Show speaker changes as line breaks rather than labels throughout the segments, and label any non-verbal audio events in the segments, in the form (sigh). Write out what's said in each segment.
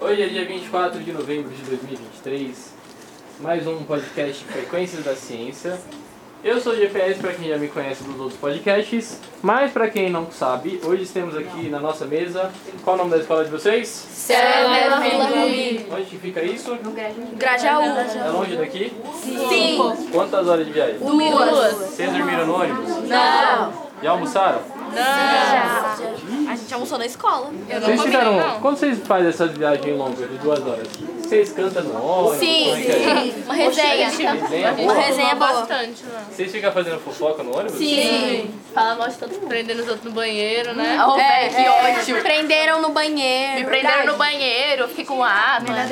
Hoje é dia 24 de novembro de 2023, mais um podcast Frequências da Ciência. Eu sou o GPS para quem já me conhece dos outros podcasts, mas para quem não sabe, hoje temos aqui na nossa mesa, qual o nome da escola de vocês?
Selma Vila
Onde que fica isso?
Grajaú.
É longe daqui?
Sim.
Quantas horas de viagem?
Duas.
Vocês dormiram no ônibus?
Não.
Já almoçaram?
Ah,
A gente almoçou na escola. Eu
Vocês fizeram. Quando vocês fazem essa viagem longa de duas horas, vocês cantam no ônibus? Como é que é?
Sim. Uma resenha.
Resenha
Uma
boa?
resenha boa.
Bastante, né?
Vocês ficam fazendo fofoca no ônibus?
Sim.
Fala mal de todo mundo. Prendendo os outros no banheiro, né?
É, que ótimo. Prenderam no banheiro.
Me prenderam no banheiro, eu fiquei com asma.
né?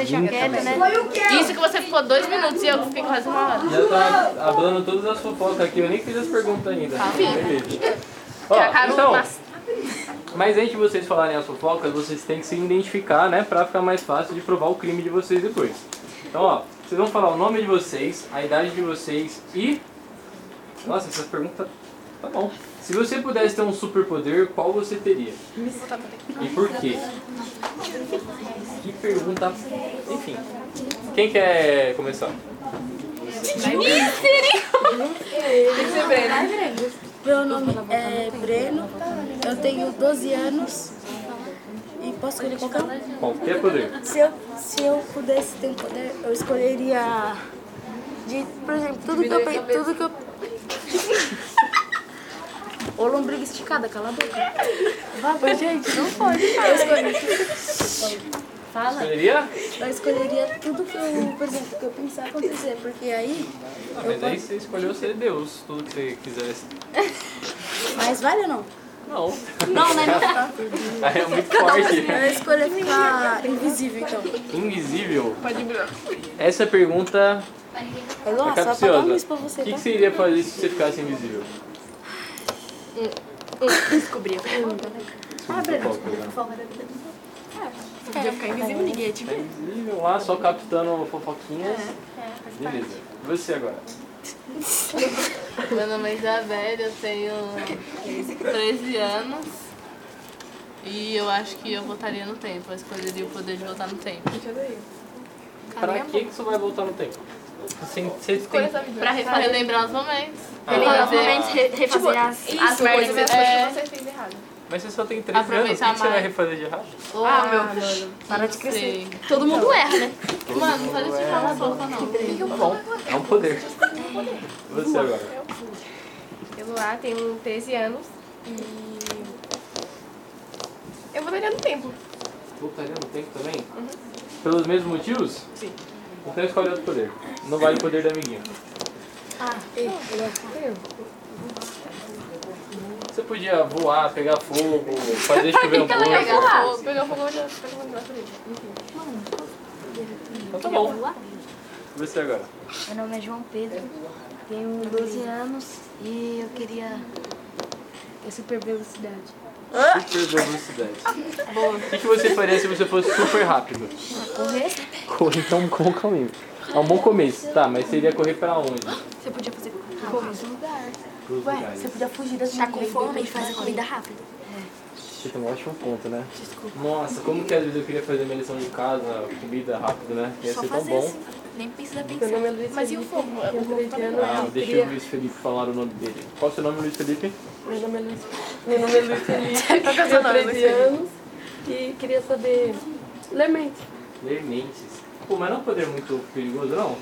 Isso que você ficou dois minutos e eu fiquei quase uma hora.
Já tá abalando todas as fofocas aqui, eu nem fiz as perguntas ainda. Beleza. Ó,
Tacaram
então,
umas-
mas antes de vocês falarem as fofocas, vocês têm que se identificar, né? Pra ficar mais fácil de provar o crime de vocês depois. Então, ó, vocês vão falar o nome de vocês, a idade de vocês e. Nossa, essa pergunta tá bom. Se você pudesse ter um superpoder, qual você teria? E por quê? Que pergunta. Enfim. Quem quer começar?
Meu nome é Breno, eu tenho 12 anos e posso escolher qualquer um.
Qualquer poder.
Se eu, se eu pudesse ter um poder, eu escolheria de, por exemplo, tudo que eu pe- tudo que eu Ô lombriga esticada, cala a boca. Vá, gente, não pode. Eu escolheria,
Escolheria?
eu escolheria tudo que eu, por exemplo, que eu pensar acontecer, porque aí
Ah, mas aí você escolheu ser Deus, tudo que você quisesse.
mais vale ou não?
Não.
Não, né?
Aí é muito forte.
Eu escolheria ficar invisível, então.
Invisível. Essa pergunta
Eu
é
só pra dar uma luz
capciosa.
pra você,
O que,
tá?
que você iria fazer se você ficasse invisível? Descobri a pergunta.
invisível,
É invisível lá, só captando fofoquinhas. Beleza. Você agora.
Meu nome é Isabel, eu tenho 13 anos. E eu acho que eu voltaria no tempo. Eu escolheria o poder de voltar no tempo.
Pra que, que você vai voltar no tempo? Você, você tem-
Pra re- pra relembrar os momentos.
Ah,
Tipo,
refazer as,
As merdas. É,
mas você só tem 13 anos, o que, que
Aproveitar
você vai
mais.
refazer de errado?
ah, meu. Para de crescer.
Todo mundo erra, né?
Mano, não faz isso de falar fofa, não.
Tá bom, é um poder. Você agora.
Eu vou lá, tenho 13 anos e. Eu vou no tempo.
Voltaria no tempo também? Pelos mesmos motivos? Sim. Então escolhe outro poder. Não vale o poder da amiguinha. Você podia voar, pegar fogo, fazer chover um pouco.
Vou pegar o fogo onde eu vou na parede.
Então tá bom. Você agora.
Meu nome é João Pedro, tenho 12 anos e eu queria ter super velocidade.
Super velocidade. O que, que você faria se você fosse super rápido?
Correr?
Correr então um bom caminho. É um bom começo. Tá, mas seria correr pra onde?
Você podia fazer correr no lugar.
Pros
Ué,
lugares.
você podia fugir das
Tá com fome e faz a comida rápida.
Você tem um ótimo ponto, né? Desculpa. Nossa, como que às vezes eu queria fazer minha lição de casa, comida rápido, né? Ia ser tão bom.
Nem precisa
Meu
pensar.
nome é Luiz
Mas e o
Felipe.
fogo?
Eu tenho 13 anos.
Ah,
eu
deixa
queria-
o Luiz Felipe falar o nome dele. Qual é o seu nome, Luiz Felipe?
Meu nome é Luiz Meu nome é Luiz Felipe. Eu tenho 13
É
anos e queria saber. Lemente.
Lementes. Pô, mas não é um poder muito perigoso, não?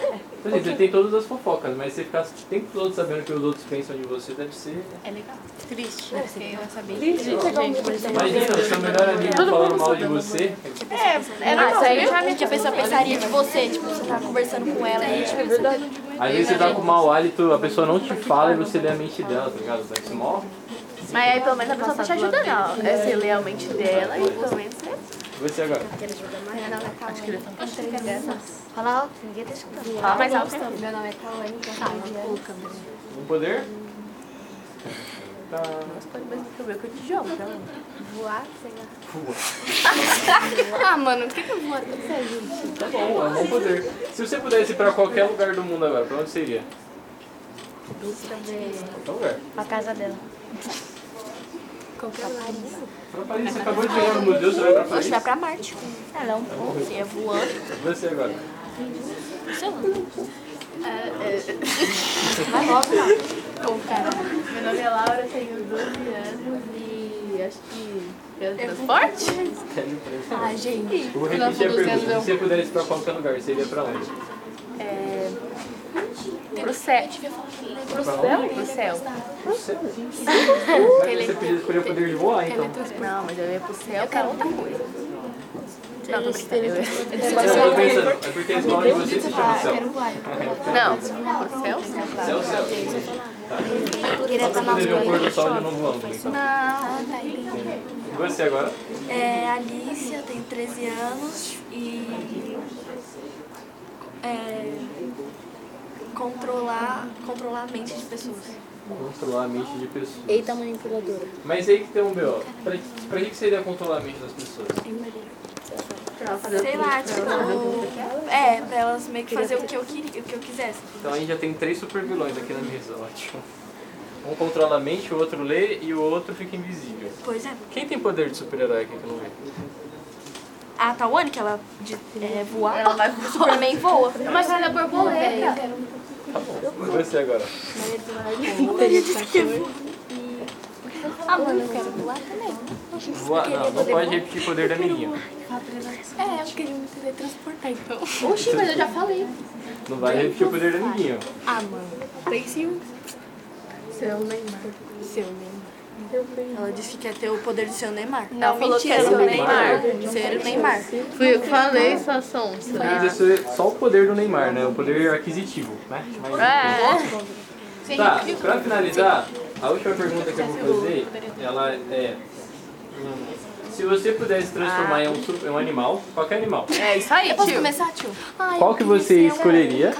É. Assim, você tem todas as fofocas, mas você ficar o tempo todo sabendo o que os outros pensam de você deve ser.
É legal.
Triste.
Gente,
Imagina, é o seu melhor amigo falando mal de você.
né?
É, mas aí já me... a pessoa pensaria de você, tipo, você tá conversando com ela e tipo,
Às vezes você tá com mau hálito, a pessoa não te fala e você lê a mente dela, tá ligado? Deve ser mó.
Mas aí pelo menos a pessoa tá te ajudando. ó. É você lê a mente dela e pelo menos você.
Você agora.
fala alto, ninguém tá escutando.
Fala mais alto.
Um poder? Tá.
Pode mais do que o meu, que eu te jogo, tá?
Voar, sei lá.
Ah, mano, por que que eu vou
Tá bom, é um bom poder. Se você pudesse ir pra qualquer lugar do mundo agora, pra onde você iria?
Talvez
Qualquer lugar.
pra casa dela.
Pra Paris, você acabou de chegar no museu, você vai pra Paris?
Poxa, vai pra Marte. Ela é um pouco, você ia voando.
Você agora.
Sei lá. Vai logo lá.
Ô, cara, meu nome é Laura, tenho 12 anos e acho que. Eu transporte?
Ah, gente.
Eu vou repetir a pergunta. Se você pudesse ir pra qualquer lugar, você iria pra onde?
Pro céu. Pro céu? Pro céu.
Pro céu. Mas você podia escolher o poder de voar, então.
Não, mas eu ia pro céu, eu quero outra coisa. Não, tô brincando. eu ia-
Eu tô pensando, é porque eles falam de você se chama céu.
Quero voar.
Não, pro céu?
Céu, céu.
Eu queria pra
Você vê o pôr
Marte.
do sol de novo voando. então.
Ah, tá, entendi.
E você agora?
É Alice, eu tenho 13 anos e. É, controlar, controlar a mente de pessoas.
Controlar a mente de pessoas.
Eita, manipuladora.
Mas aí que tem um B.O. Pra, pra que que você iria controlar a mente das pessoas?
Sei lá, tipo. É, pra elas meio que fazer o que eu, queria, o que eu quisesse.
Então a gente já tem três super vilões aqui na mesa, ótimo. Um controla a mente, o outro lê e o outro fica invisível.
Pois é.
Quem tem poder de super-herói aqui que eu não vi?
A Tawane, que ela de, é, voar,
Ela vai
também voa.
Mas vai na borboleta.
E você agora?
Ah, mano, eu quero voar também.
Voar? Não, não pode repetir poder da amiguinha.
É, eu queria me teletransportar então.
Oxi, mas eu já falei.
Não vai repetir o poder da amiguinha.
Ah, mano, tem sim.
Seu Neymar.
Seu Neymar. Ela disse que quer ter o poder de seu Neymar.
Não,
ela falou
mentira,
que
seu
era o
Neymar.
Ser o Neymar.
Fui eu que falei, sua sonsa.
Mas isso é só o poder do Neymar, né? O poder aquisitivo, né? Mas-
É.
Tá, pra finalizar, a última pergunta que eu vou fazer, ela é... hum, Se você pudesse transformar em um, super- em um animal, qualquer animal,
É isso aí,
Eu posso
tio.
começar, tio?
qual que você escolheria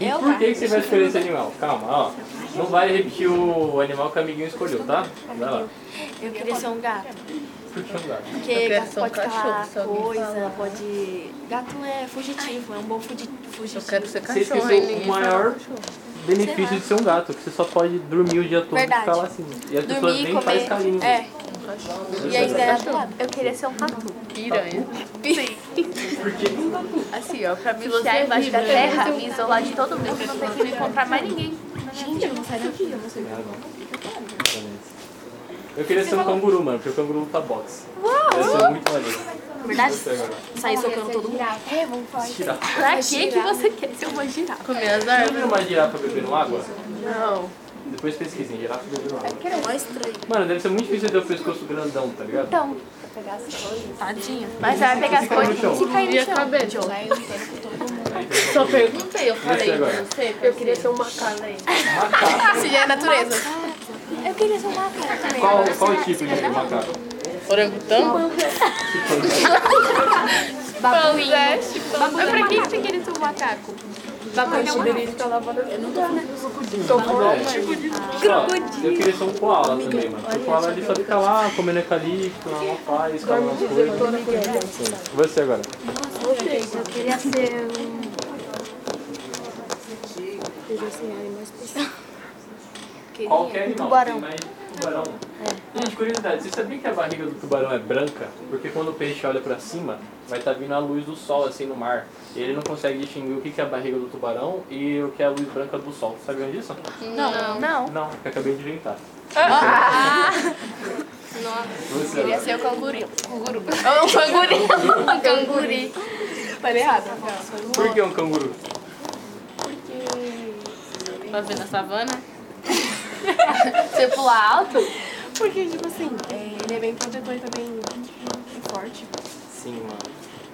e
é um Eu,
por que, que você vai escolher esse animal? Calma, ó. Não vale repetir o animal que o amiguinho escolheu, tá? Vai lá.
Eu queria ser um gato.
Por que um gato?
Porque
quero
gato
ser um
pode
cachorro,
calar
se alguém
coisa,
falar.
pode. Gato é fugitivo, é um bom fugi- fugitivo.
Eu quero
Você
ser
esqueceu
cachorro, hein?
o maior benefício de ser um gato, que você só pode dormir o dia todo e
Verdade.
ficar lá assim. E as pessoas
Dormir,
nem fazem carinho.
comer. É. E ainda é adotado.
Eu queria ser um rato.
Piranha.
Por quê?
Assim, ó, pra me
Se
você né?
é
embaixo
embaixo da terra, me isolar de todo mundo.
não tem que me comprar mais ninguém.
Gente, eu não saio daqui. eu não sei.
Eu queria ser um canguru, mano, porque o canguru luta boxe. Ia ser muito maneiro.
Verdade,
Você agora.
sair socando todo mundo. É, vamos falar.
Tirar.
Pra que que você quer ser uma girafa? Comer
Você
as
já viu
árvores?
uma girafa bebendo água?
Não.
Depois pesquisem, girafa bebendo
É
água.
Mó estranho.
Mano, deve ser muito difícil ter o pescoço grandão, tá ligado?
Então. Tadinho.
Mas você vai pegar as
Você caiu no
coisas
chão.
e cair no chão. Só perguntei, eu
E você
falei.
agora?
Não sei,
Eu queria ser um macaco.
Se já é natureza.
Eu queria ser um macaco também.
Qual, qual o tipo de macaco?
Orangotango?
Babuinho.
Mas pra que você queria ser um macaco?
Tipo
Crocodilo. Eu queria ser um koala também, mano. Porque O koala ele só fica lá comendo eucalipto, uma paz, calma uma coisa. Você agora?
né? Eu queria ser um. Eu já sei, animais Um
Qualquer animal. Tubarão. Mais... Tubarão.
É.
Gente, curiosidade, você sabia que a barriga do tubarão é branca? Porque quando o peixe olha pra cima, vai estar vindo a luz do sol assim no mar. E ele não consegue distinguir o que que é a barriga do tubarão e o que é a luz branca do sol. é Sabiam disso?
Não. Não.
Não, que eu acabei de inventar. Você
Queria
agora?
ser o canguri. Canguru. Oh, um canguri. Um canguri. Falei errado.
Por que um canguru?
Pra ver na savana? (laughs) Você pular alto?
(laughs) Porque, tipo assim, é, ele é bem protetor e também forte.
Sim, mano.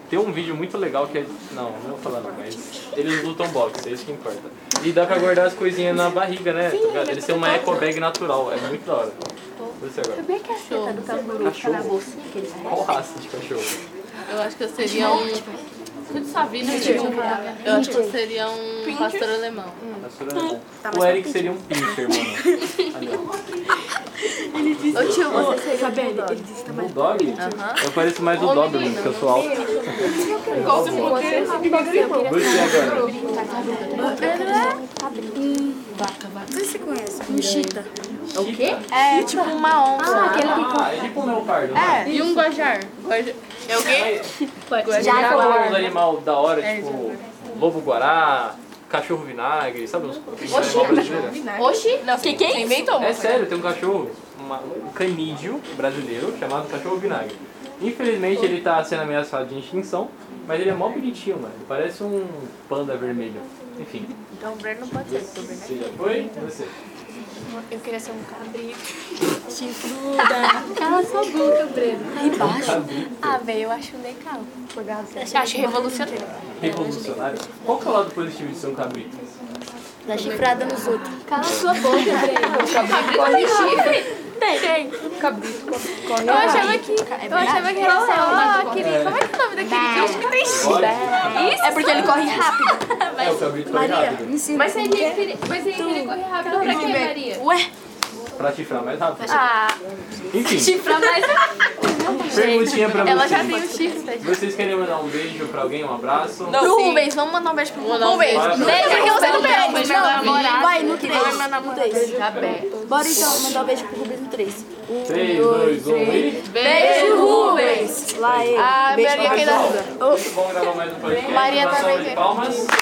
Tem um vídeo muito legal que é. Não, não vou falar não, mas. Eles lutam boxe, é isso que importa. E dá pra guardar as coisinhas na barriga, né? tá ligado? Eles têm uma eco bag natural, é muito da hora. Você agora.
Sabia que a seta
Então,
do canguru fica na bolsinha que eles
Qual raça de cachorro?
Eu acho que eu seria um Tudo sua vida, gente. Eu acho que você seria um pastor alemão.
Hum.
Pastor alemão. Tá
Tá
O Eric seria um pincher,
(laughs)
mano. Ali, ó.
Ô tio, você seria um bulldog.
tá Bulldog?
Aham.
Eu pareço mais o
Ô,
Doberman,
menino,
que eu um sou alto.
um
Você agora.
Vocês se conhecem? Um chita.
O quê?
É tipo uma onça.
Ah, é tipo um leopardo. É.
E um guajar? Guajar. É o quê?
é
Já uns animal da hora, tipo lobo-guará, cachorro-vinagre, sabe? Os os animal brasileiro?
Oxi, que que é isso?
É sério, tem um cachorro, uma- um canídeo brasileiro chamado cachorro vinagre. Infelizmente ele tá sendo ameaçado de extinção, mas ele é mó bonitinho, mano. Ele parece um panda vermelho. Enfim.
Então o Breno não pode ser youtuber, né?
Você já foi? Você.
Eu queria ser um cabrito.
Cala sua boca, Breno.
Cabrito.
Ah, velho, eu acho legal.
Você
Acho revolucionário.
Revolucionário. Qual que é o lado positivo de ser um cabrito?
Dá chifrada nos outros.
Cala sua boca, Breno.
Eu achava que. Eu achava que era só uma querida. Como é que é o nome daquele que eu
Olha,
Isso? É porque ele corre rápido.
é, o cabrito corre rápido.
Mas você ia querer, mas você ia querer correr rápido pra quê, Maria?
Ué,
Pra chifrar mais rápido.
ah,
Enfim,
chifra mais.
perguntinha pra
é Ela já
vocês.
tem o chifre, tá?
Vocês querem mandar um beijo pra alguém, um abraço?
Pro Rubens, vamos mandar um beijo pro Rubens.
Mandar um beijo.
Bora.
Beijo, porque você não beijo.
Beijo, beijo, namorado.
Vai, no 3.
Tá bem.
Bora então mandar um beijo pro Rubens no 3.
3, 2, 1 e.
Beijo, Rubens.
Lá ele.
A Maria quem dá-
Pessoal, Muito Tá bom gravar mais um podcast.
Maria
Uma salva
também
de
quer.
palmas.